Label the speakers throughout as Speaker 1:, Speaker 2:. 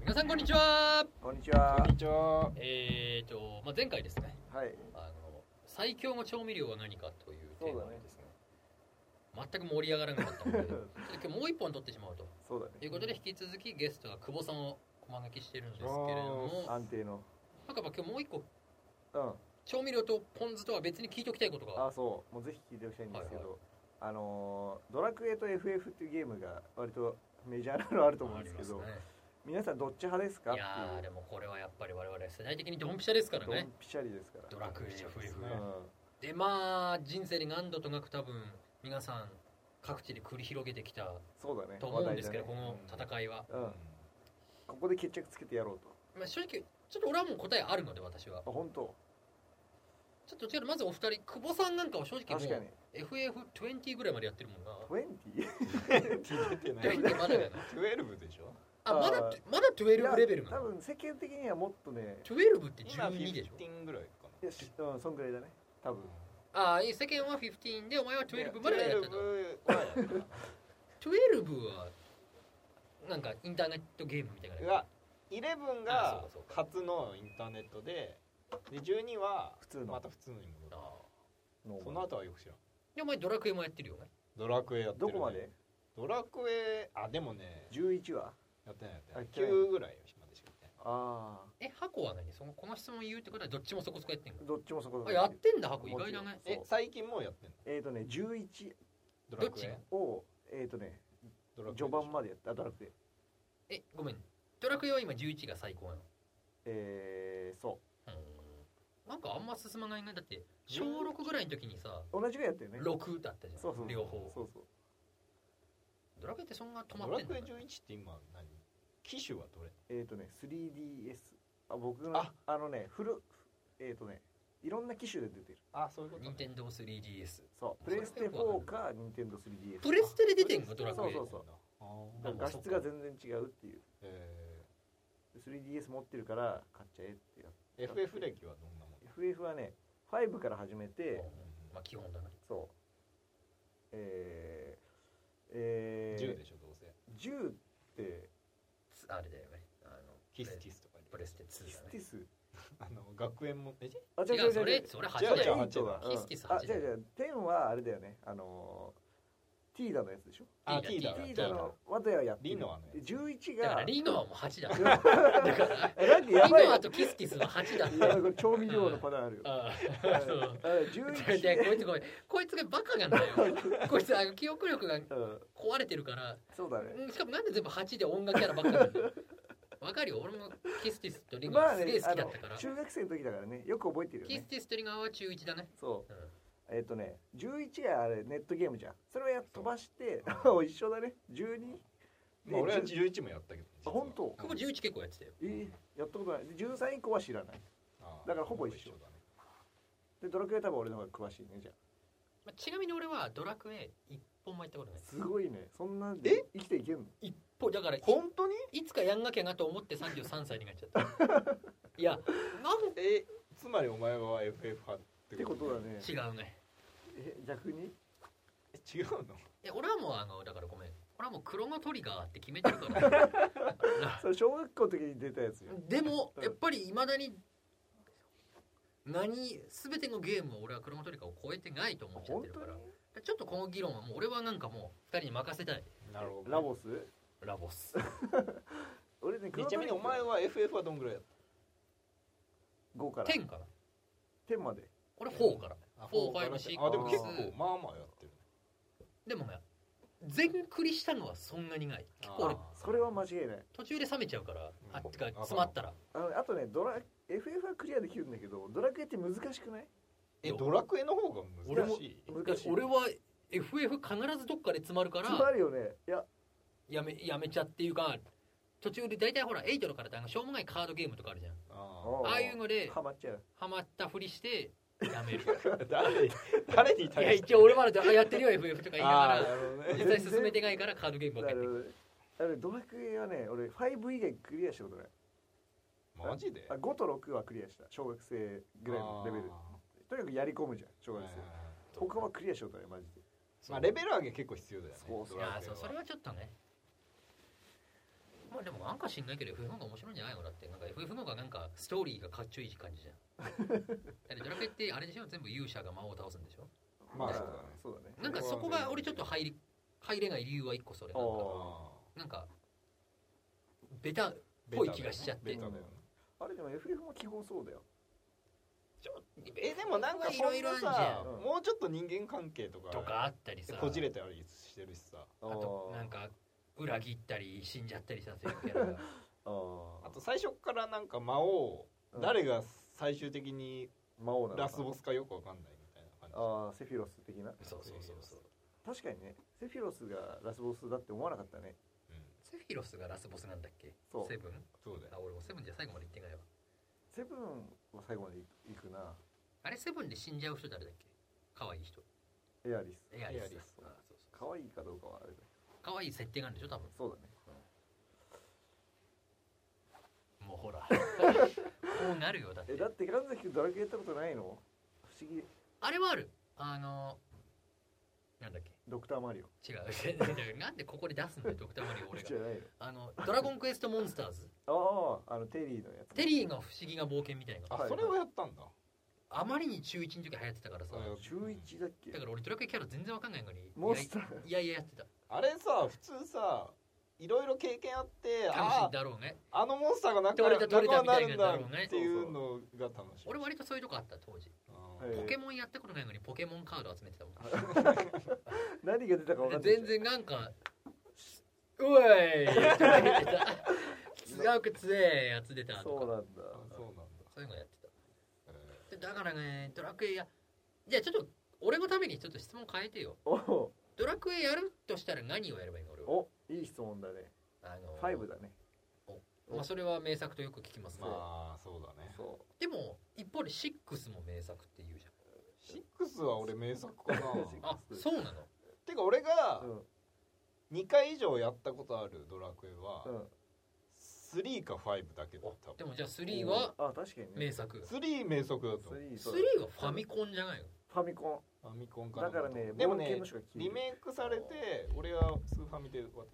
Speaker 1: 皆さんこんにちは。
Speaker 2: こんにちは
Speaker 3: こん。にちは。
Speaker 1: えーと、まあ前回ですね、
Speaker 2: はい。
Speaker 1: あの最強の調味料は何かというテーマでですね、全く盛り上がらなかったので、ちょっと今日もう一本取ってしまおうと
Speaker 2: そうだ
Speaker 1: いう
Speaker 2: ね。
Speaker 1: ことで引き続きゲストは久保さんをお招きしているんですけれども、なんか
Speaker 2: 安定の。
Speaker 1: やっぱ今日もう一個
Speaker 2: うん。
Speaker 1: 調味料とポン酢とは別に聞いておきたいことが、
Speaker 2: あ、そう。もうぜひ聞いてほしいんですけ
Speaker 1: はいは
Speaker 2: ど、あのードラクエと FF っていうゲームが割とメジャーなのあると思うんですけ
Speaker 1: あ
Speaker 2: ど、
Speaker 1: りますね
Speaker 2: 皆さんどっち派ですかっ
Speaker 1: い
Speaker 2: てい
Speaker 1: やーで
Speaker 2: う。
Speaker 1: もこれはやっぱり我々世代的にドンピシャですから
Speaker 2: ドン
Speaker 1: ね。
Speaker 2: ピシャリですから。
Speaker 1: ドラクエ FF
Speaker 2: うん。
Speaker 1: でまあ人生で何度となく多分皆さん各地で繰り広げてきた
Speaker 2: そうだね。
Speaker 1: と思うんですけど、
Speaker 2: 話
Speaker 1: この戦いは、
Speaker 2: 題だね。うん。ここで決着つけてやろうと。
Speaker 1: まあ、正直ちょっと俺はもう答えあるので私は
Speaker 2: あ、本当。
Speaker 1: ちょっと違うまずお二人久保さんなんかは正直も
Speaker 2: 確かに
Speaker 1: う。FF20 ぐらいまでやってるもんな
Speaker 2: 20?
Speaker 3: 聞いてない。
Speaker 1: 20まだだな
Speaker 3: 12でしょ。
Speaker 1: あまだ
Speaker 2: あー
Speaker 1: まだ12レベル
Speaker 2: い
Speaker 1: な
Speaker 2: や多
Speaker 1: の
Speaker 2: 分世間的にはもっとね、
Speaker 1: 12って
Speaker 3: 今
Speaker 1: 12でしょ
Speaker 3: 15ぐらい
Speaker 2: い
Speaker 3: か
Speaker 2: やしうん、そんぐらいだね。多
Speaker 3: な。
Speaker 2: 分。
Speaker 1: ああいい世間は15でお前は12までやってたの
Speaker 3: 12はやってた
Speaker 1: 12はなんかインターネットゲームみたいな
Speaker 3: うわ11
Speaker 1: あ
Speaker 3: が
Speaker 1: そうかそうか
Speaker 3: 初のインターネットで、で12は
Speaker 2: 普通の
Speaker 3: また普通のに戻
Speaker 1: あ
Speaker 3: る。
Speaker 1: ー
Speaker 2: ノー
Speaker 3: そ
Speaker 2: マ
Speaker 3: の
Speaker 2: ル
Speaker 3: 後はよく知らん。
Speaker 1: でお前ドラクエもやってるよね
Speaker 3: ドラクエやっ
Speaker 2: ど
Speaker 3: てるね。
Speaker 2: こまで
Speaker 3: ドラクエあでもね
Speaker 2: ?11 話
Speaker 3: やってないやってな
Speaker 2: あやっ
Speaker 3: い
Speaker 2: てない
Speaker 3: 9ぐらいまでしかやってない。
Speaker 2: ああ。
Speaker 1: え箱は何そのこの質問言うってことはどっちもそこそこやってんの
Speaker 2: どっちもそこだ
Speaker 1: あやってんだ箱意
Speaker 2: もちろん
Speaker 1: 外だね
Speaker 2: そう
Speaker 3: え最近もうやってんの？
Speaker 2: えっ、ー、とね11
Speaker 3: ドラク
Speaker 1: どっ
Speaker 3: エ
Speaker 1: ち。
Speaker 2: をえっ、ー、とね
Speaker 3: ドラクエでしょ
Speaker 2: 序盤までやったドラクエ
Speaker 1: えごめんドラクエは今11が最高なの
Speaker 2: えー、そ
Speaker 1: うんなんかあんま進まないねだって小6ぐらいの時にさ
Speaker 2: う同じぐらいやったよね
Speaker 1: 6だったじゃん
Speaker 2: そうそう
Speaker 1: 両方
Speaker 2: そうそう
Speaker 1: ドラクエってそんな止ま
Speaker 3: ド
Speaker 1: っ
Speaker 3: ラ
Speaker 1: てん
Speaker 3: ク
Speaker 1: の
Speaker 3: エ11って今何？機種はどれ？
Speaker 2: えっ、ー、とね 3DS あ僕のあ
Speaker 3: あ
Speaker 2: のねフルえっ、ー、とねいろんな機種で出てる
Speaker 3: あそういうこと、
Speaker 1: 任
Speaker 3: ね。
Speaker 1: 天堂 3DS
Speaker 2: そう
Speaker 1: そ
Speaker 2: プ
Speaker 1: れ
Speaker 2: レステ4か Nintendo3DS
Speaker 1: プレステで出てんのドラク
Speaker 2: そう
Speaker 1: エ
Speaker 2: そうそう
Speaker 3: あ
Speaker 2: だ
Speaker 3: ー
Speaker 2: から画質が全然違うっていう
Speaker 3: え
Speaker 2: で 3DS 持ってるから買っちゃえってやっ
Speaker 3: ー FF 歴はどんなもん？
Speaker 2: て FF はね5から始め
Speaker 1: うん
Speaker 2: て
Speaker 1: まあ基本だね
Speaker 2: そうえーえ
Speaker 3: 10
Speaker 2: ー
Speaker 3: でしょどうせ。
Speaker 2: 10って
Speaker 1: つあれだよねあの
Speaker 3: キス
Speaker 1: プレ
Speaker 3: キスとかで。
Speaker 1: プレステ2だ
Speaker 2: テ
Speaker 1: ね
Speaker 2: ィス
Speaker 3: あの学園もえじゃ
Speaker 2: あ、
Speaker 1: 違うそれそれ8だ
Speaker 3: じゃあ
Speaker 1: よ
Speaker 3: じゃあ
Speaker 1: 8だキスキス
Speaker 2: あ、
Speaker 1: 8
Speaker 2: 違
Speaker 1: だ
Speaker 2: う
Speaker 1: よ
Speaker 2: 違う。10はあれだよね。あのー、ティーダのやつでしょ。
Speaker 3: あ
Speaker 1: ティーダ
Speaker 2: テ
Speaker 1: テ
Speaker 2: ィ
Speaker 1: ィ
Speaker 2: ーダのワタややってる。
Speaker 3: リノアのやつ
Speaker 1: だ
Speaker 2: 11
Speaker 1: から
Speaker 2: が、
Speaker 1: リノアも8だ
Speaker 2: だ
Speaker 1: から
Speaker 2: え、なんで
Speaker 1: リ
Speaker 2: やばい。い
Speaker 1: ノア
Speaker 2: や、
Speaker 1: とキスキスは8だって
Speaker 2: これ調味料のパターンあるよ。
Speaker 1: あ
Speaker 2: あ
Speaker 1: あそう
Speaker 2: 11
Speaker 1: でこいつごめんこいつがバカなんだよこいつあの記憶力が
Speaker 2: うん、
Speaker 1: 壊れてるから
Speaker 2: そうだね。
Speaker 1: うんしかもなんで全部8で音楽キャラばっかりなんだ よわかるよ俺もキスティスとリンゴ
Speaker 2: まあ
Speaker 1: すげ
Speaker 2: ね
Speaker 1: え、好
Speaker 2: あ
Speaker 1: きだっ
Speaker 2: の
Speaker 1: たから、
Speaker 2: 中学生の時だからね、よく覚えてるよ
Speaker 1: キス
Speaker 2: ね。
Speaker 1: ティスとリンゴは中1だね、
Speaker 2: そうう。えっ、とね、11があれネットゲームじゃん。それをやっ飛ばして、 一緒だね。12?
Speaker 3: あまあ俺は11もやったけど。
Speaker 2: あ、
Speaker 3: 実は
Speaker 2: 本当
Speaker 1: ん、ここ11結構やってたよ
Speaker 2: えーやったことない。で13以降は知らない。
Speaker 3: あー
Speaker 2: だからほぼ一緒
Speaker 3: だね。
Speaker 2: で、ドラクエは多分俺の方が詳しいね、じゃあ。
Speaker 1: まあちなみに俺はドラクエ1本も行ったことない
Speaker 2: すごいね。そんなんで生きていけんの
Speaker 1: 一歩だからい
Speaker 3: 本当に？
Speaker 1: いつかやんなきゃなと思って33歳になっちゃった いやなん
Speaker 3: えつまりお前は FF 派っ
Speaker 2: ってことだ。ね。
Speaker 1: 違うね
Speaker 2: え、逆に
Speaker 3: え違うの？
Speaker 1: いや俺はもうあのだからごめん俺はもうクロノトリガーって決めてるから
Speaker 2: それ小学校の時に出たやつよ。
Speaker 1: でもやっぱりいまだに何全てのゲームを俺はクロノトリガーを超えてないと思っちゃっ
Speaker 2: 本
Speaker 1: てる
Speaker 2: 当
Speaker 1: から
Speaker 2: に
Speaker 1: ちょっとこの議論はもう俺はなんかもう2人に任せたい
Speaker 3: なるほど。
Speaker 2: ラボス
Speaker 1: ラボ ス
Speaker 2: 俺ね、
Speaker 3: え。ちなみにお前は FF はどんぐらいやっ
Speaker 2: 5から
Speaker 1: 10から
Speaker 2: 10まで。
Speaker 1: 俺4から
Speaker 3: た？
Speaker 1: 4 5 6
Speaker 3: あでも結構まあまあやってるね。
Speaker 1: でもね全クリしたのはそんなにない結構俺
Speaker 3: あー
Speaker 2: それは間違いない。
Speaker 1: 途中で冷めちゃうからあ
Speaker 3: うん
Speaker 1: てか
Speaker 3: わかる
Speaker 1: 詰まったら
Speaker 2: あのあとね、ドラ、FF はクリアできるんだけど、ドラクエって難しくない
Speaker 3: えドラクエの方が難しい。
Speaker 2: 難しい。
Speaker 1: 俺は FF 必ずどっかで詰まるか
Speaker 2: 詰ま
Speaker 1: ら
Speaker 2: るよね。いや、
Speaker 1: やめやめちゃっていうか途中で大体ほら8とかだとあのしょうもないカードゲームとかあるじゃん
Speaker 3: あ
Speaker 1: ああいうので
Speaker 2: ハマっちゃう。
Speaker 1: ハマったふりしてやめる
Speaker 3: ー誰 誰に
Speaker 1: いや
Speaker 3: 対して
Speaker 1: 一応俺まだあやってるよ FF とか言いなが
Speaker 3: ああー
Speaker 1: ら
Speaker 3: なるほどね
Speaker 1: 実際進めてないからカードゲームばっ
Speaker 2: な
Speaker 1: かりやってる
Speaker 2: るほどねあのドラクエはね、俺5以外クリアしたことない。
Speaker 3: マジで
Speaker 2: あ5と6はクリアした。小学生ぐらいのレベル。とにかくやり込むじゃん、小
Speaker 3: あ
Speaker 2: 学
Speaker 3: ーはいはい
Speaker 2: 生。
Speaker 3: はい
Speaker 2: 他はクリアしようとねマジで
Speaker 3: まあレベル上げ結構必要だよね
Speaker 2: そうそう
Speaker 3: ド
Speaker 1: い
Speaker 3: ラ
Speaker 1: や
Speaker 3: クエ
Speaker 1: そう
Speaker 3: は
Speaker 1: それはちょっとねまあでもなんか知んないけど FF の方が面白いんじゃないのだってなんか FF の方がなんかストーリーがかっちょいい感じじゃんだってドラクエってあれでしょ全部勇者が魔王を倒すんでしょ
Speaker 3: まあ
Speaker 2: そ
Speaker 3: そう
Speaker 2: う
Speaker 3: だ
Speaker 2: だ
Speaker 3: ね
Speaker 2: ね。そうだね。
Speaker 1: なんかそこが俺ちょっと入り入れない理由は一個それなんか
Speaker 2: あ
Speaker 1: なんかベタっぽい気がしちゃっ
Speaker 3: ベ
Speaker 1: て
Speaker 3: タだよね
Speaker 2: あれでも FF も基本そうだよ。
Speaker 3: えでもなんか
Speaker 1: いろいろあんじゃん
Speaker 3: そなさ
Speaker 2: うん
Speaker 3: もうちょっと人間関係とか
Speaker 1: とかあったりさ
Speaker 3: こじれたりしてるしさ
Speaker 2: あ
Speaker 1: あとなんか裏切ったり死んじゃったりさせるキャラが
Speaker 2: あ
Speaker 3: あと最初からなんか魔王
Speaker 2: うん
Speaker 3: 誰が最終的に
Speaker 2: 魔王なのか
Speaker 3: ラスボスかよくわかんないみたいな感
Speaker 2: ああセフィロス的な
Speaker 1: そうそうそうそう
Speaker 2: 確かにねセフィロスがラスボスだって思わなかったね
Speaker 3: じ、うん、
Speaker 1: セフィロスがラスボスなんだっけ
Speaker 2: そう
Speaker 1: セブン
Speaker 3: そうだよ
Speaker 1: あ俺もセブンじゃ最後まで行ってないわ
Speaker 2: セブンは最後までいくな
Speaker 1: あれセブンで死んじゃう人誰だっけ可愛い人
Speaker 2: エアリス
Speaker 1: エアリス
Speaker 3: エアリス
Speaker 1: あそうそう
Speaker 2: 可愛いかどうかはあれだけ
Speaker 1: 可愛い設定なんでしょ多分
Speaker 2: どそうだね
Speaker 1: もうほらこうなるよだって
Speaker 2: えだって神崎君ドラクエやったことないの不思議
Speaker 1: あれはあるあのなんだっけ
Speaker 2: ドクターマリオ
Speaker 1: 違う なんでここで出すんだよドクターマリオ俺が
Speaker 2: じゃない
Speaker 1: あの「ドラゴンクエストモンスターズ
Speaker 2: のあああのテリーのや」つ
Speaker 1: テリーが不思議な冒険みたいな
Speaker 3: あ
Speaker 2: はい
Speaker 3: それをやったんだ
Speaker 1: あまりに中1の時流行ってたからさ
Speaker 3: うん
Speaker 2: 中1だっけ
Speaker 1: だから俺ドラクエキャラ全然わかんないのに
Speaker 2: モンスター
Speaker 1: いやいやいややってた
Speaker 3: あれさ普通さいろいろ経験あって
Speaker 1: 楽しい
Speaker 3: あ
Speaker 1: んだろうね
Speaker 3: あのモンスターが仲
Speaker 1: 取れ
Speaker 3: 仲
Speaker 1: た取れた
Speaker 3: 間になるんだ
Speaker 1: みたいなやつだろうね
Speaker 3: っていうのが楽しい
Speaker 1: 俺割とそういうとこあった当時
Speaker 3: うん
Speaker 2: はい
Speaker 1: ポケモンやったことないのにポケモンカード集めてたもん
Speaker 2: 何が出たか分かんない
Speaker 1: 全然なんか「うえい!」って言ってた強く強えやつ出たと
Speaker 2: そう
Speaker 1: か
Speaker 2: なんだ
Speaker 3: あそうなんだ
Speaker 1: そういうのやって
Speaker 3: え
Speaker 1: たでだからねドラクエやじゃあちょっと俺のためにちょっと質問変えてよ
Speaker 2: おお
Speaker 1: ドラクエやるとしたら何をやればいいの俺は
Speaker 2: おいい質問だね
Speaker 1: あの
Speaker 2: 5だね
Speaker 1: まあ、それは名作とよく聞きます
Speaker 3: ー
Speaker 1: ね、
Speaker 3: まあそうだね
Speaker 2: そ
Speaker 1: でも一方で6も名作って言うじゃん
Speaker 3: 6は俺名作かな
Speaker 1: あそうなの
Speaker 3: てか俺が
Speaker 2: ううん
Speaker 3: 2回以上やったことあるドラクエは
Speaker 2: うん
Speaker 3: 3か5だけだ多
Speaker 1: で
Speaker 3: 分
Speaker 1: もじゃあ3は
Speaker 2: あ確かに
Speaker 1: 名
Speaker 2: ね
Speaker 1: 作
Speaker 3: 3名作だと思う
Speaker 2: 3
Speaker 1: 3
Speaker 2: そうだね
Speaker 1: はファミコンじゃないの
Speaker 2: ファミコ
Speaker 3: ファミコン
Speaker 2: ン
Speaker 3: かな
Speaker 2: だからね
Speaker 3: でも
Speaker 2: 冒険
Speaker 3: ね
Speaker 2: の書が消える
Speaker 3: リメイクされて俺はスーファミでやったわ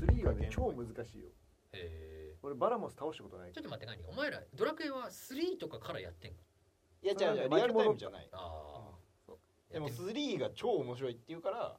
Speaker 2: 3はね超難しいよ
Speaker 1: へ
Speaker 2: 俺バラモス倒したことない
Speaker 1: えちょっと待って何お前らドラクエは3とかからやってんの
Speaker 3: いや
Speaker 2: それは
Speaker 3: 違う違う
Speaker 2: 巻き
Speaker 3: リアル
Speaker 2: 戻
Speaker 3: タイ
Speaker 2: っ
Speaker 3: ム
Speaker 2: た
Speaker 3: じゃない
Speaker 1: あ
Speaker 2: そう
Speaker 1: あ
Speaker 3: でも3が超面白いって言うから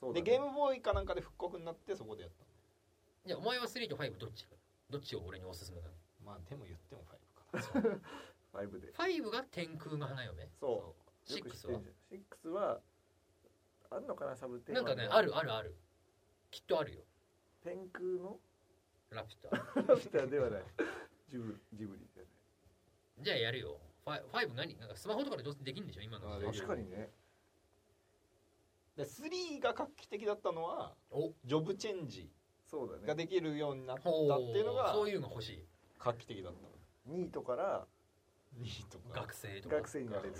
Speaker 2: そうだ
Speaker 3: で
Speaker 2: ね
Speaker 3: ゲームボーイかなんかで復刻になってそこでやった
Speaker 1: じゃあお前は3と5どっちどっちを俺におすすめなの
Speaker 3: まあでも言っても5かな
Speaker 2: 5で
Speaker 1: 5が天空の花嫁
Speaker 2: そ
Speaker 1: 6
Speaker 2: うよく知って
Speaker 1: は
Speaker 2: んじゃん6はあんのかなサブテーマ
Speaker 1: なんかねあるあるあるきっとあるよ
Speaker 2: 天空の
Speaker 1: ラピュタ
Speaker 2: ラピュタではないジブジブリじゃ
Speaker 1: じゃあやるよ5何なんかスマホとかでどうせできるんでしょ今の時
Speaker 2: な
Speaker 1: 代
Speaker 2: い確かにね
Speaker 3: で3が画期的だったのは
Speaker 1: お
Speaker 3: ジョブチェンジ
Speaker 2: そうだね
Speaker 3: ができるようになったっ
Speaker 1: ほ
Speaker 3: ていうのが
Speaker 1: そういうの欲しい
Speaker 3: 画期的だった
Speaker 2: ニートから
Speaker 3: 2位とか
Speaker 1: 学生とか
Speaker 2: 学生になれる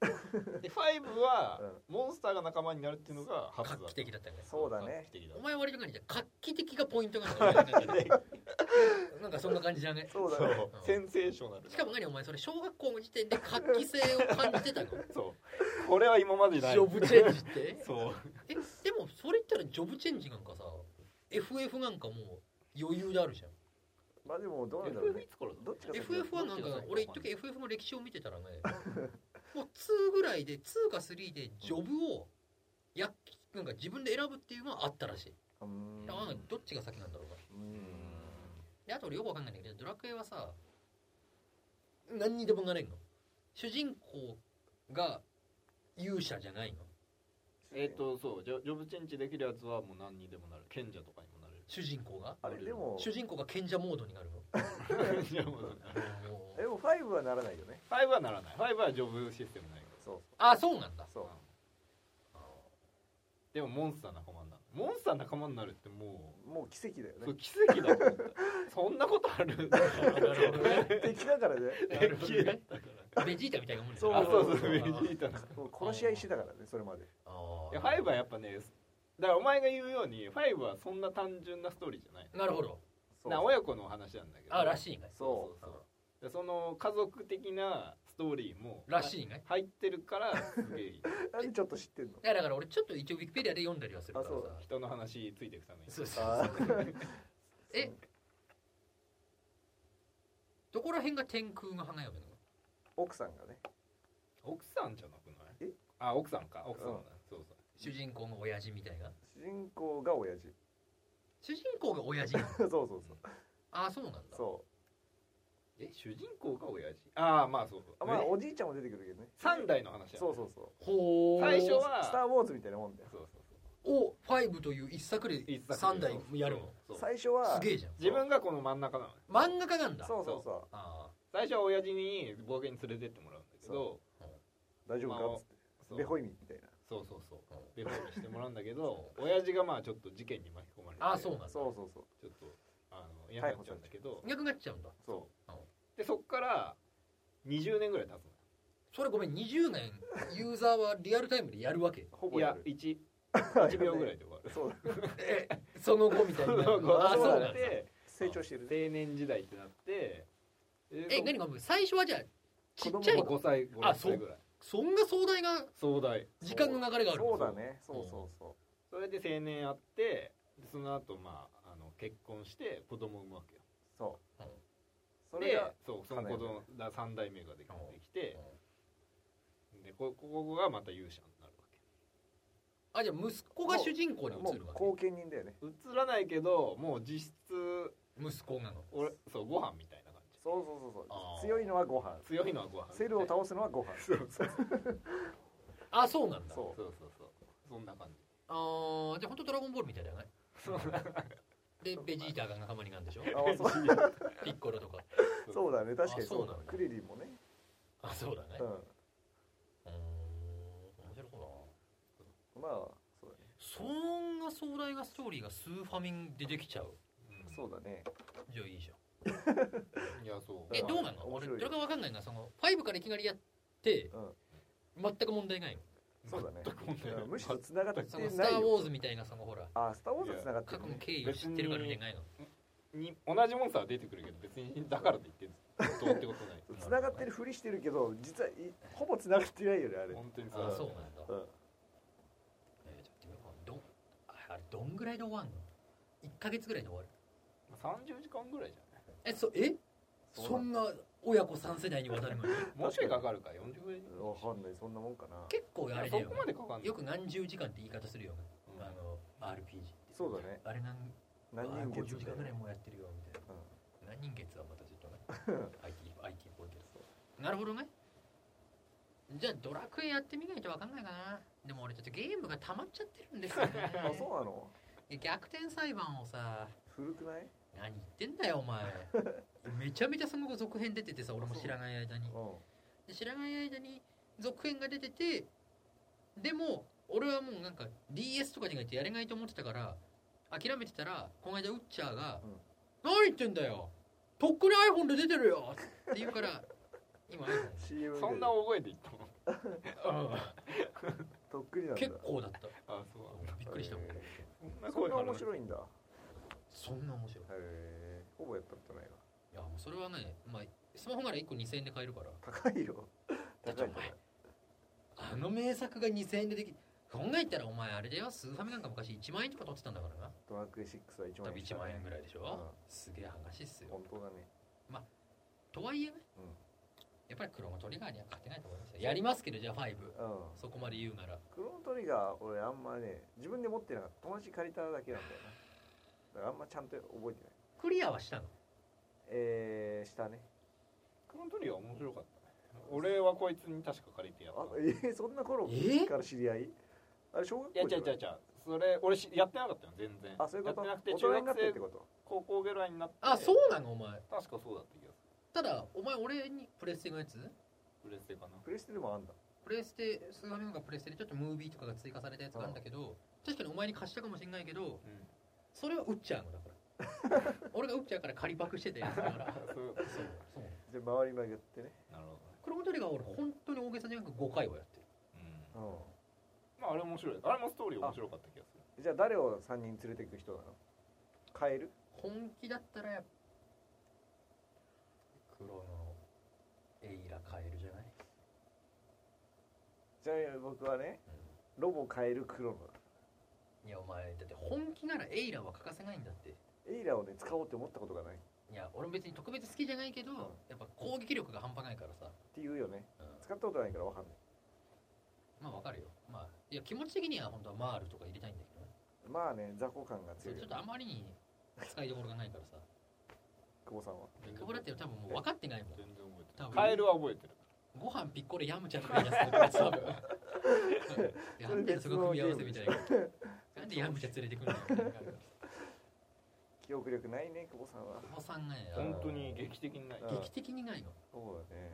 Speaker 3: 学生で5は
Speaker 2: うん
Speaker 3: モンスターが仲間になるっていうのが初だ
Speaker 1: 画
Speaker 3: った
Speaker 1: 期的だったよね
Speaker 2: そうだね
Speaker 3: 画期的だ
Speaker 1: お
Speaker 3: っ
Speaker 1: 前割と何じゃ画期的がポイントがなん かねなんかそんな感じじゃね
Speaker 2: そう
Speaker 3: た
Speaker 2: だ
Speaker 3: そ
Speaker 2: ね
Speaker 3: うセンセーショナル
Speaker 1: しかも何お前それ小学校の時点で画期性を感じてたの
Speaker 3: そうこれは今まで
Speaker 1: ジ
Speaker 3: ない
Speaker 1: ョブチェンジって
Speaker 3: そう
Speaker 1: えでもそれ言ったらジョブチェンジなんかさ FF なんかもう余裕であるじゃん
Speaker 2: まあでもどうなんだろう
Speaker 3: FF
Speaker 2: ね
Speaker 3: いつからだ
Speaker 2: どっちかというと
Speaker 1: FF はなんか俺一時 FF の歴史を見てたらねもう2ぐらいで2か3でジョブをやっなんか自分で選ぶっていうのはあったらしい、
Speaker 2: うーん
Speaker 1: だからなんかどっちが先なんだろうな
Speaker 2: うーん
Speaker 1: であと俺よくわかんないんだけどドラクエはさ何にでもなれんの主人公が勇者じゃないの
Speaker 3: えっ、とそうジョジョブチェンジできるやつはもう何にでもなる賢者とかにもな れる
Speaker 1: 主人公が
Speaker 2: あれでも
Speaker 1: 主人公が賢者モードになるの
Speaker 3: いやもう
Speaker 1: もう
Speaker 2: でも5はならないよね
Speaker 3: 5はならない5はジョブシステムないから
Speaker 2: そう
Speaker 1: あそうなんだ
Speaker 2: そう
Speaker 3: でもモンスター仲間になるモンスター仲間になるっても
Speaker 2: もう奇跡だよ
Speaker 3: うそう
Speaker 2: ね
Speaker 3: 奇跡だと思ったそんなことある
Speaker 1: なるほどね
Speaker 2: 敵だからね
Speaker 3: 敵だったから
Speaker 1: ベジータみたいなもんね
Speaker 2: そう
Speaker 3: あそう
Speaker 2: そ
Speaker 3: そううベジータの
Speaker 2: もう殺し合いしてたからねそれまで
Speaker 1: あー
Speaker 3: いや5はやっぱねだからお前が言うように5はそんな単純なストーリーじゃない
Speaker 1: なるほど
Speaker 2: そう
Speaker 3: な親子の話なんだけど
Speaker 1: あらしいね
Speaker 2: そう
Speaker 3: そうでその家族的なストーリーも
Speaker 1: らしいね
Speaker 3: 入ってるからすげえいい
Speaker 2: なんでちょっと知ってんの
Speaker 1: いやだから俺ちょっと一応ウィキペディアで読んだりはするからさ
Speaker 2: あそう
Speaker 3: 人の話ついていくために
Speaker 1: そうそう
Speaker 2: あ
Speaker 1: そう
Speaker 2: ー
Speaker 1: えどこら辺が天空の花嫁なの
Speaker 2: 奥さんがね
Speaker 3: 奥さんじゃなくない
Speaker 2: え
Speaker 3: あ奥さんか奥さんだ、
Speaker 2: うん
Speaker 3: そうそう
Speaker 1: 主人公の親父みたいな
Speaker 2: 主人公が親父
Speaker 1: 主人公が親父なの
Speaker 2: そうそうそう
Speaker 1: ああそうなんだ
Speaker 2: そ
Speaker 3: え主人公が親父ああまあそうそう
Speaker 2: うあまあ
Speaker 3: え
Speaker 2: おじいちゃんも出てくるけどね
Speaker 3: 三代の話だ
Speaker 2: そうそうそう
Speaker 1: ほう
Speaker 3: 最初は
Speaker 2: スター・ウォーズみたいなもんだよ
Speaker 3: そうそうそう
Speaker 1: を5という一作で
Speaker 3: 一作目
Speaker 1: 3代やるの
Speaker 3: そうそう
Speaker 2: 最初は
Speaker 1: すげえじゃん
Speaker 3: 自分がこの真ん中なのね
Speaker 1: 漫画家なんだ
Speaker 2: そうそうそ
Speaker 1: あ
Speaker 3: 最初は親父に冒険に連れてってもらうんだけど
Speaker 2: う大丈夫かっつって
Speaker 3: そう
Speaker 2: ベホイミみたいな
Speaker 3: そうそうそう
Speaker 1: ーうん
Speaker 3: ベホイにしてもらうんだけど親父がまあちょっと事件に巻き込まれて
Speaker 1: あーそうなんだ
Speaker 2: そうそうそう
Speaker 3: ちょっとあの嫌になっちゃうんだけど
Speaker 1: 逆になっちゃうんだ
Speaker 2: そ
Speaker 3: でそっから20年ぐらい経つ
Speaker 1: それごめん20年ユーザーはリアルタイムでやるわけ
Speaker 2: うほ
Speaker 3: の
Speaker 2: ぼ
Speaker 3: い
Speaker 2: や
Speaker 3: や
Speaker 2: る
Speaker 3: 1, 1秒ぐらいで終わる
Speaker 2: そうだ
Speaker 1: えその後みたいになる あ
Speaker 3: そ
Speaker 1: そうう
Speaker 3: な
Speaker 1: なんんだ
Speaker 3: だ
Speaker 2: 成長してるね
Speaker 3: 青年時代ってなって
Speaker 1: え何か最初はじゃあちっちゃい
Speaker 2: 子供
Speaker 3: 5歳5
Speaker 1: あ
Speaker 3: 歳ぐらい
Speaker 1: そんな壮大な
Speaker 3: 壮大
Speaker 1: 時間の流れがある
Speaker 2: そうだねそうそうそ
Speaker 3: それで青年あってでその後まああの結婚して子供産むわけよ
Speaker 2: うそう
Speaker 1: うん
Speaker 2: それ
Speaker 3: で
Speaker 2: が
Speaker 3: そうその子供だ3代目ができてきて
Speaker 1: うん
Speaker 3: でこここがまた勇者になるわ
Speaker 1: あじゃあ息子が主人公に
Speaker 2: も
Speaker 1: 移
Speaker 2: う
Speaker 1: るわ
Speaker 2: 後見人だよね
Speaker 3: け映らないけどもう実質
Speaker 1: け息子なの
Speaker 3: 俺そうご飯みたいな感じ
Speaker 2: そうそうそう
Speaker 1: あ
Speaker 2: そう
Speaker 1: ー
Speaker 2: 強いのはご飯
Speaker 3: 強いのはご飯
Speaker 2: セルを倒すのはご飯
Speaker 3: そうそう
Speaker 1: あそうなんだ
Speaker 2: そう
Speaker 3: そうそうそうそんな感じ
Speaker 1: あーじゃあ本当ドラゴンボールみたいだよねでベジータが仲間になるんでしょ
Speaker 2: あーそう
Speaker 1: ピッコロとか
Speaker 2: そうだね確かに
Speaker 1: あそ
Speaker 2: そうう
Speaker 1: な
Speaker 2: だ
Speaker 1: んだ
Speaker 2: クリリンもね
Speaker 1: あそうだねうー
Speaker 2: う
Speaker 1: ん面白そうだなん
Speaker 2: まあそうだね
Speaker 1: そんな壮大なストーリーがスーファミンでできちゃう
Speaker 3: うん
Speaker 2: そうだね
Speaker 1: じゃあいいじゃん
Speaker 3: いやそう
Speaker 1: え
Speaker 2: うん
Speaker 1: どうなの
Speaker 2: 面
Speaker 1: 俺
Speaker 2: 白い
Speaker 1: ど
Speaker 2: よ
Speaker 1: れかわかんないなその5からいきなりやって
Speaker 2: うん
Speaker 1: 全く問題ないの
Speaker 2: そうだね
Speaker 3: 全く問題ない
Speaker 2: うんむしろ繋がって
Speaker 1: その「スタ
Speaker 2: ない
Speaker 1: ー・ウ
Speaker 2: よ
Speaker 1: ォーズ」みたいなそのほら
Speaker 2: あースターウォーズは繋がって
Speaker 1: 過
Speaker 2: る
Speaker 1: 去の
Speaker 2: ね
Speaker 1: 経緯を知ってるからみたいなの
Speaker 3: に同じモンスターは出てくるけど別にだからといってどうってことない
Speaker 1: に
Speaker 2: 繋がってるふりしてるけど実はいほぼ繋がってないよねあれ
Speaker 3: 本当に
Speaker 1: あ
Speaker 3: さ
Speaker 1: そうなんだ
Speaker 2: うん
Speaker 1: えーちょっと見ようかどんああれどんぐらいで終わんの1か月ぐらいで終わる
Speaker 3: 30時間ぐらいじゃ
Speaker 1: えそえ
Speaker 2: そう
Speaker 1: そんな親子3世代にわたるの に
Speaker 3: ないもうちょいかかるか40分
Speaker 2: わかんないそんなもんかな
Speaker 1: 結構あれ
Speaker 3: そ
Speaker 1: だよ
Speaker 3: こまでかかんない
Speaker 1: よく何十時間って言い方するよね
Speaker 3: うん
Speaker 1: あの RPG って
Speaker 2: そうだね
Speaker 1: あれなん
Speaker 2: 何
Speaker 1: あ
Speaker 2: 人
Speaker 1: 50
Speaker 2: 月
Speaker 1: 時
Speaker 2: だ
Speaker 1: 間
Speaker 2: よ
Speaker 1: ぐらいもうやってるよみたいな
Speaker 2: うん
Speaker 1: 何人月はまたちょっとね IT, IT っぽいけどなるほどねじゃあドラクエやってみないと分かんないかなでも俺ちょっとゲームが溜まっちゃってるんですよね
Speaker 2: あそうなの
Speaker 1: 逆転裁判をさ
Speaker 2: 古くない
Speaker 1: 何言ってんだよお前めちゃめちゃその後続編出ててさ俺も知らない間に
Speaker 2: う
Speaker 1: で知らない間に続編が出ててでも俺はもうなんか DS とかじゃないとやれないと思ってたから諦めてたらこの間ウッチャーが
Speaker 2: うん
Speaker 1: 「何言ってんだよとっくに iPhone で出てるよ!」って言うから今 iPhone
Speaker 2: ん CM
Speaker 3: そんな覚えていったの
Speaker 2: とっくりなんだ
Speaker 1: 結構だった
Speaker 3: あそう
Speaker 1: びっくりしたもん
Speaker 2: へー
Speaker 3: な
Speaker 2: そん
Speaker 3: 声
Speaker 2: な
Speaker 3: 張ら
Speaker 2: 面
Speaker 3: ない
Speaker 2: 白いんだへ
Speaker 1: そんな面白い
Speaker 2: えほぼやったことないわ
Speaker 1: いやもうそれはね、まあ、スマホなら1個2000円で買えるから
Speaker 2: 高いよ
Speaker 1: だっ
Speaker 2: 高い
Speaker 1: てお
Speaker 2: 高
Speaker 1: 前
Speaker 2: い
Speaker 1: あの名作が2000円ででき考えたらお前あれだよスーファミなんか昔1万円とか取ってたんだからな
Speaker 2: ドラクエ6は1
Speaker 1: 多
Speaker 2: 万
Speaker 1: 分
Speaker 2: 円
Speaker 1: 1万円ぐらいでしょ、
Speaker 2: うん
Speaker 1: すげえ話っすよ
Speaker 2: 本当だね
Speaker 1: とはいえね、
Speaker 2: うん
Speaker 1: やっぱりクロノトリガーには勝てないと思いますよやりますけどじゃあ5
Speaker 2: うん
Speaker 1: そこまで言うなら
Speaker 2: クロノトリガー俺あんまね自分で持ってなかった友達借りただけなんだよなだからあんまちゃんと覚えてない
Speaker 1: クリアはしたの
Speaker 2: えー、下ね
Speaker 3: クロントリーは面白かったね俺はこいつに確か借りてやった
Speaker 2: あ
Speaker 3: い
Speaker 2: えー、そんな頃
Speaker 1: えー
Speaker 2: から知り合いあれ小学校
Speaker 3: や違う
Speaker 2: じゃな
Speaker 3: 違う違うそれ俺しやってなかったよ全然
Speaker 2: あそういうこ
Speaker 3: やっ
Speaker 2: と
Speaker 3: てなくて
Speaker 2: 大人にな
Speaker 3: 中
Speaker 2: っ
Speaker 3: 学
Speaker 2: てって
Speaker 3: 生
Speaker 2: こと
Speaker 3: 高校ぐらいになって
Speaker 1: あそうなのお前
Speaker 3: 確かそうだった気がす
Speaker 1: ただお前俺にプレステのやつ
Speaker 3: るプレステかな
Speaker 2: プレステでもあんだ
Speaker 1: プレステスーファミなんかプレステでちょっとムービーとかが追加されたやつがあるんだけど確かにお前に貸したかもしれないけど
Speaker 3: うん
Speaker 1: それはウッチャーのだから 俺がウッチャーから借りパクしてたやつだから
Speaker 3: あそう
Speaker 1: そうそう
Speaker 2: じゃあ回り曲がってね
Speaker 3: なるほどね
Speaker 1: クロノトリガーは俺本当に大げさじゃなく5回はやってる
Speaker 3: う
Speaker 2: うんん
Speaker 3: まああれ面白いあれもストーリー面白かった気がする
Speaker 2: じゃあ誰を3人連れていく人なのカエル
Speaker 1: 本気だったらやっ黒のエイラカエルじゃない、
Speaker 2: ちなみに僕はねロボカエルクロノ
Speaker 1: いやお前だって本気ならエイラは欠かせないんだって
Speaker 2: エイラをね使おうって思ったことがないっ
Speaker 1: いや俺も別に特別好きじゃないけど、やっぱ攻撃力が半端ないからさ、
Speaker 2: ていうよね
Speaker 1: うん
Speaker 2: 使ったことないからわかんない
Speaker 1: まあわかるよまあいや気持ち的には本当はマールとか入れたいんだけどね
Speaker 2: まあね雑魚感が
Speaker 1: そ
Speaker 2: 強
Speaker 1: れち
Speaker 2: いよ
Speaker 1: ょっとあまりに使いどころがないからさ
Speaker 2: 久保さんは
Speaker 1: 久保だって多分もう分かってないもん
Speaker 3: 全然覚え
Speaker 1: 多
Speaker 3: てない
Speaker 1: 分
Speaker 3: カエルは覚えてる
Speaker 1: ご飯ピッコロヤムちゃんのやつとか多分やってるそこ組み合わせみたいななんでヤムちゃん連れてくるのよ
Speaker 2: 記憶力ないね久保さんは
Speaker 1: お子さんがね
Speaker 2: うん
Speaker 3: 本当に劇的にない
Speaker 2: うん
Speaker 1: 劇的にないの
Speaker 2: そうだね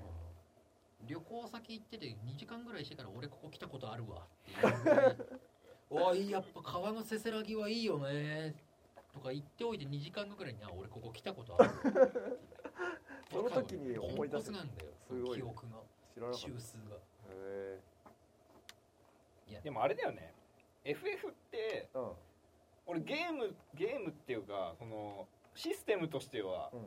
Speaker 1: 旅行先行ってて2時間ぐらいしてから俺ここ来たことある わっていうぐらいおいやっぱ川のせせらぎはいいよねとか言っておいて2時間後ぐらいにあ俺ここ来たことあるわっていう
Speaker 2: その時に思い出す
Speaker 1: ポンコツなんだよ
Speaker 2: すごい
Speaker 1: 記憶の
Speaker 2: 知らなかった
Speaker 1: 中枢が
Speaker 2: へ
Speaker 3: でもあれだよね FF って
Speaker 2: えうん
Speaker 3: 俺ゲームゲームっていうかそのシステムとしては
Speaker 2: うん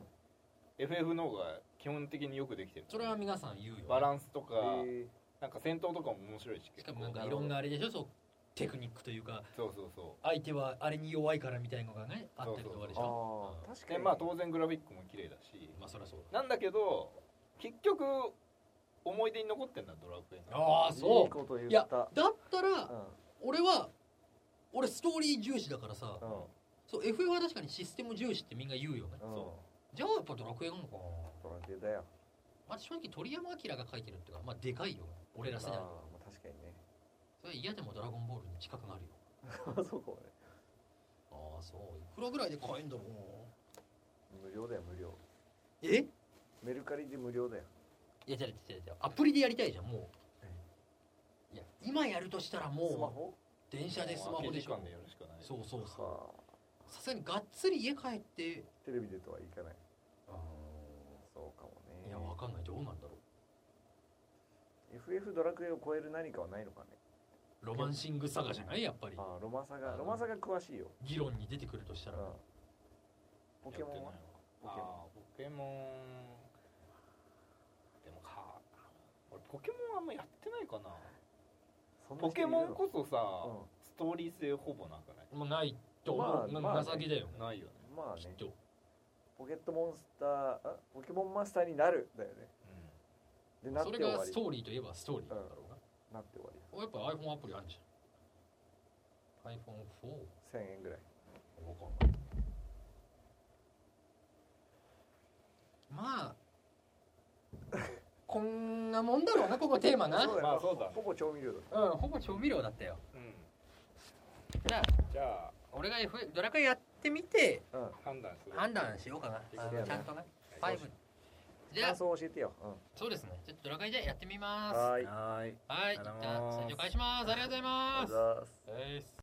Speaker 3: FF の方が基本的によくできてる
Speaker 1: それは皆さん言うよ
Speaker 3: バランスとか
Speaker 2: え
Speaker 3: なんか戦闘とかも面白いし
Speaker 1: し
Speaker 3: 結
Speaker 1: か
Speaker 3: 構
Speaker 1: もなんかいろんなあれでしょそうテクニックというか
Speaker 3: そうそうそ
Speaker 1: 相手はあれに弱いからみたいのがねあったりとかあるで
Speaker 2: ー
Speaker 1: しょ
Speaker 2: ああ確
Speaker 3: う
Speaker 2: か
Speaker 3: で
Speaker 2: に
Speaker 3: まあ当然グラフィックも綺麗だし
Speaker 1: うんまあそりゃそうだ
Speaker 3: なんだけど結局思い出に残ってんだドラクエの
Speaker 1: ああそ
Speaker 2: いいこと言
Speaker 1: う
Speaker 2: っ
Speaker 1: いや
Speaker 2: た
Speaker 1: だったら
Speaker 2: うん
Speaker 1: 俺は俺ストーリー重視だからさ
Speaker 2: うん
Speaker 1: そう FF は確かにシステム重視ってみんな言うよね
Speaker 2: うん
Speaker 3: そ
Speaker 1: じゃあやっぱドラクエなのかな
Speaker 2: ドラクエだよ
Speaker 1: まあ正直鳥山明が書いてるっていうかまあでかいよ俺ら世代
Speaker 2: ああまあ確かにね
Speaker 1: それ嫌でもドラゴンボールに近くなるよ
Speaker 2: あそうかもね
Speaker 1: ああそういくらぐらいで買えんだろう
Speaker 2: 無料だよ無料
Speaker 1: え
Speaker 2: メルカリで無料だよ
Speaker 1: いや違う違う違う違うアプリでやりたいじゃんも
Speaker 2: え
Speaker 1: ういや今やるとしたら
Speaker 2: スマ
Speaker 1: も
Speaker 2: ホ
Speaker 1: う電車でスマホでし
Speaker 3: 空
Speaker 1: ょ
Speaker 3: き時間でやるしかない
Speaker 1: そうそうそう
Speaker 2: は
Speaker 1: さすがにがっつり家帰って
Speaker 2: あテレビでとはいかないそうかもね
Speaker 1: いやわかんないどうなんだろ
Speaker 2: FF ドラクエを超える何かはないのかね
Speaker 1: うロマンシングサガじゃないやっぱり
Speaker 2: ああロマサ
Speaker 1: あ
Speaker 2: が
Speaker 1: の
Speaker 2: ロマサが詳しいよ、
Speaker 1: 議論に出てくるとした
Speaker 2: うん
Speaker 1: ら、
Speaker 2: ポケモンは
Speaker 3: やって
Speaker 2: ポ
Speaker 3: ない
Speaker 2: ケモン
Speaker 3: わあーポケモンでもか俺ポケモンあんまやってないかな
Speaker 2: そんな
Speaker 3: ポ
Speaker 2: 人い
Speaker 3: ケ
Speaker 2: る
Speaker 3: モ
Speaker 2: の
Speaker 3: ンこそさ、
Speaker 2: うん
Speaker 3: ストーリー性ほぼなくない
Speaker 1: もうないと思う、
Speaker 2: まあ
Speaker 1: な
Speaker 2: まあね
Speaker 1: 情けだよね、
Speaker 3: ないよね、
Speaker 2: まあ
Speaker 1: きっ
Speaker 2: ね
Speaker 1: と
Speaker 2: ポケットモンスターあポケモンマスターになるだよねでなって
Speaker 1: それ
Speaker 2: 終わ
Speaker 1: が
Speaker 2: り
Speaker 1: ストーリーといえばストーリーなんだろうな、
Speaker 2: なって終わり
Speaker 1: おやっぱ iPhone アプリあるじゃん iPhone4
Speaker 2: 1000円ぐらい
Speaker 1: わかんないまあこんなもんだろうなここテーマなう
Speaker 2: そうだよ、
Speaker 3: まあそうだね
Speaker 2: ほぼ調味料だ
Speaker 1: んほぼ調味料だったよ
Speaker 3: うん、うん、
Speaker 1: じゃあ
Speaker 3: じゃあ
Speaker 1: 俺が F ドラクエやってみて
Speaker 2: うん
Speaker 3: 判断する
Speaker 1: 判断しようかなあのちゃんとね
Speaker 3: は
Speaker 1: 5
Speaker 3: い
Speaker 1: じゃあ
Speaker 2: 感想教えてよ、
Speaker 1: そうですねちょっとドラクエじゃあやってみ
Speaker 2: うん、
Speaker 1: ます
Speaker 2: はーい
Speaker 4: はーい
Speaker 1: はい、
Speaker 4: あ
Speaker 1: 一
Speaker 4: りがとうござい
Speaker 1: 旦
Speaker 4: ます
Speaker 1: スタジオ返します。ありがとうござい
Speaker 2: ありが
Speaker 1: ま
Speaker 2: と
Speaker 1: す
Speaker 2: うご。ざいます
Speaker 1: です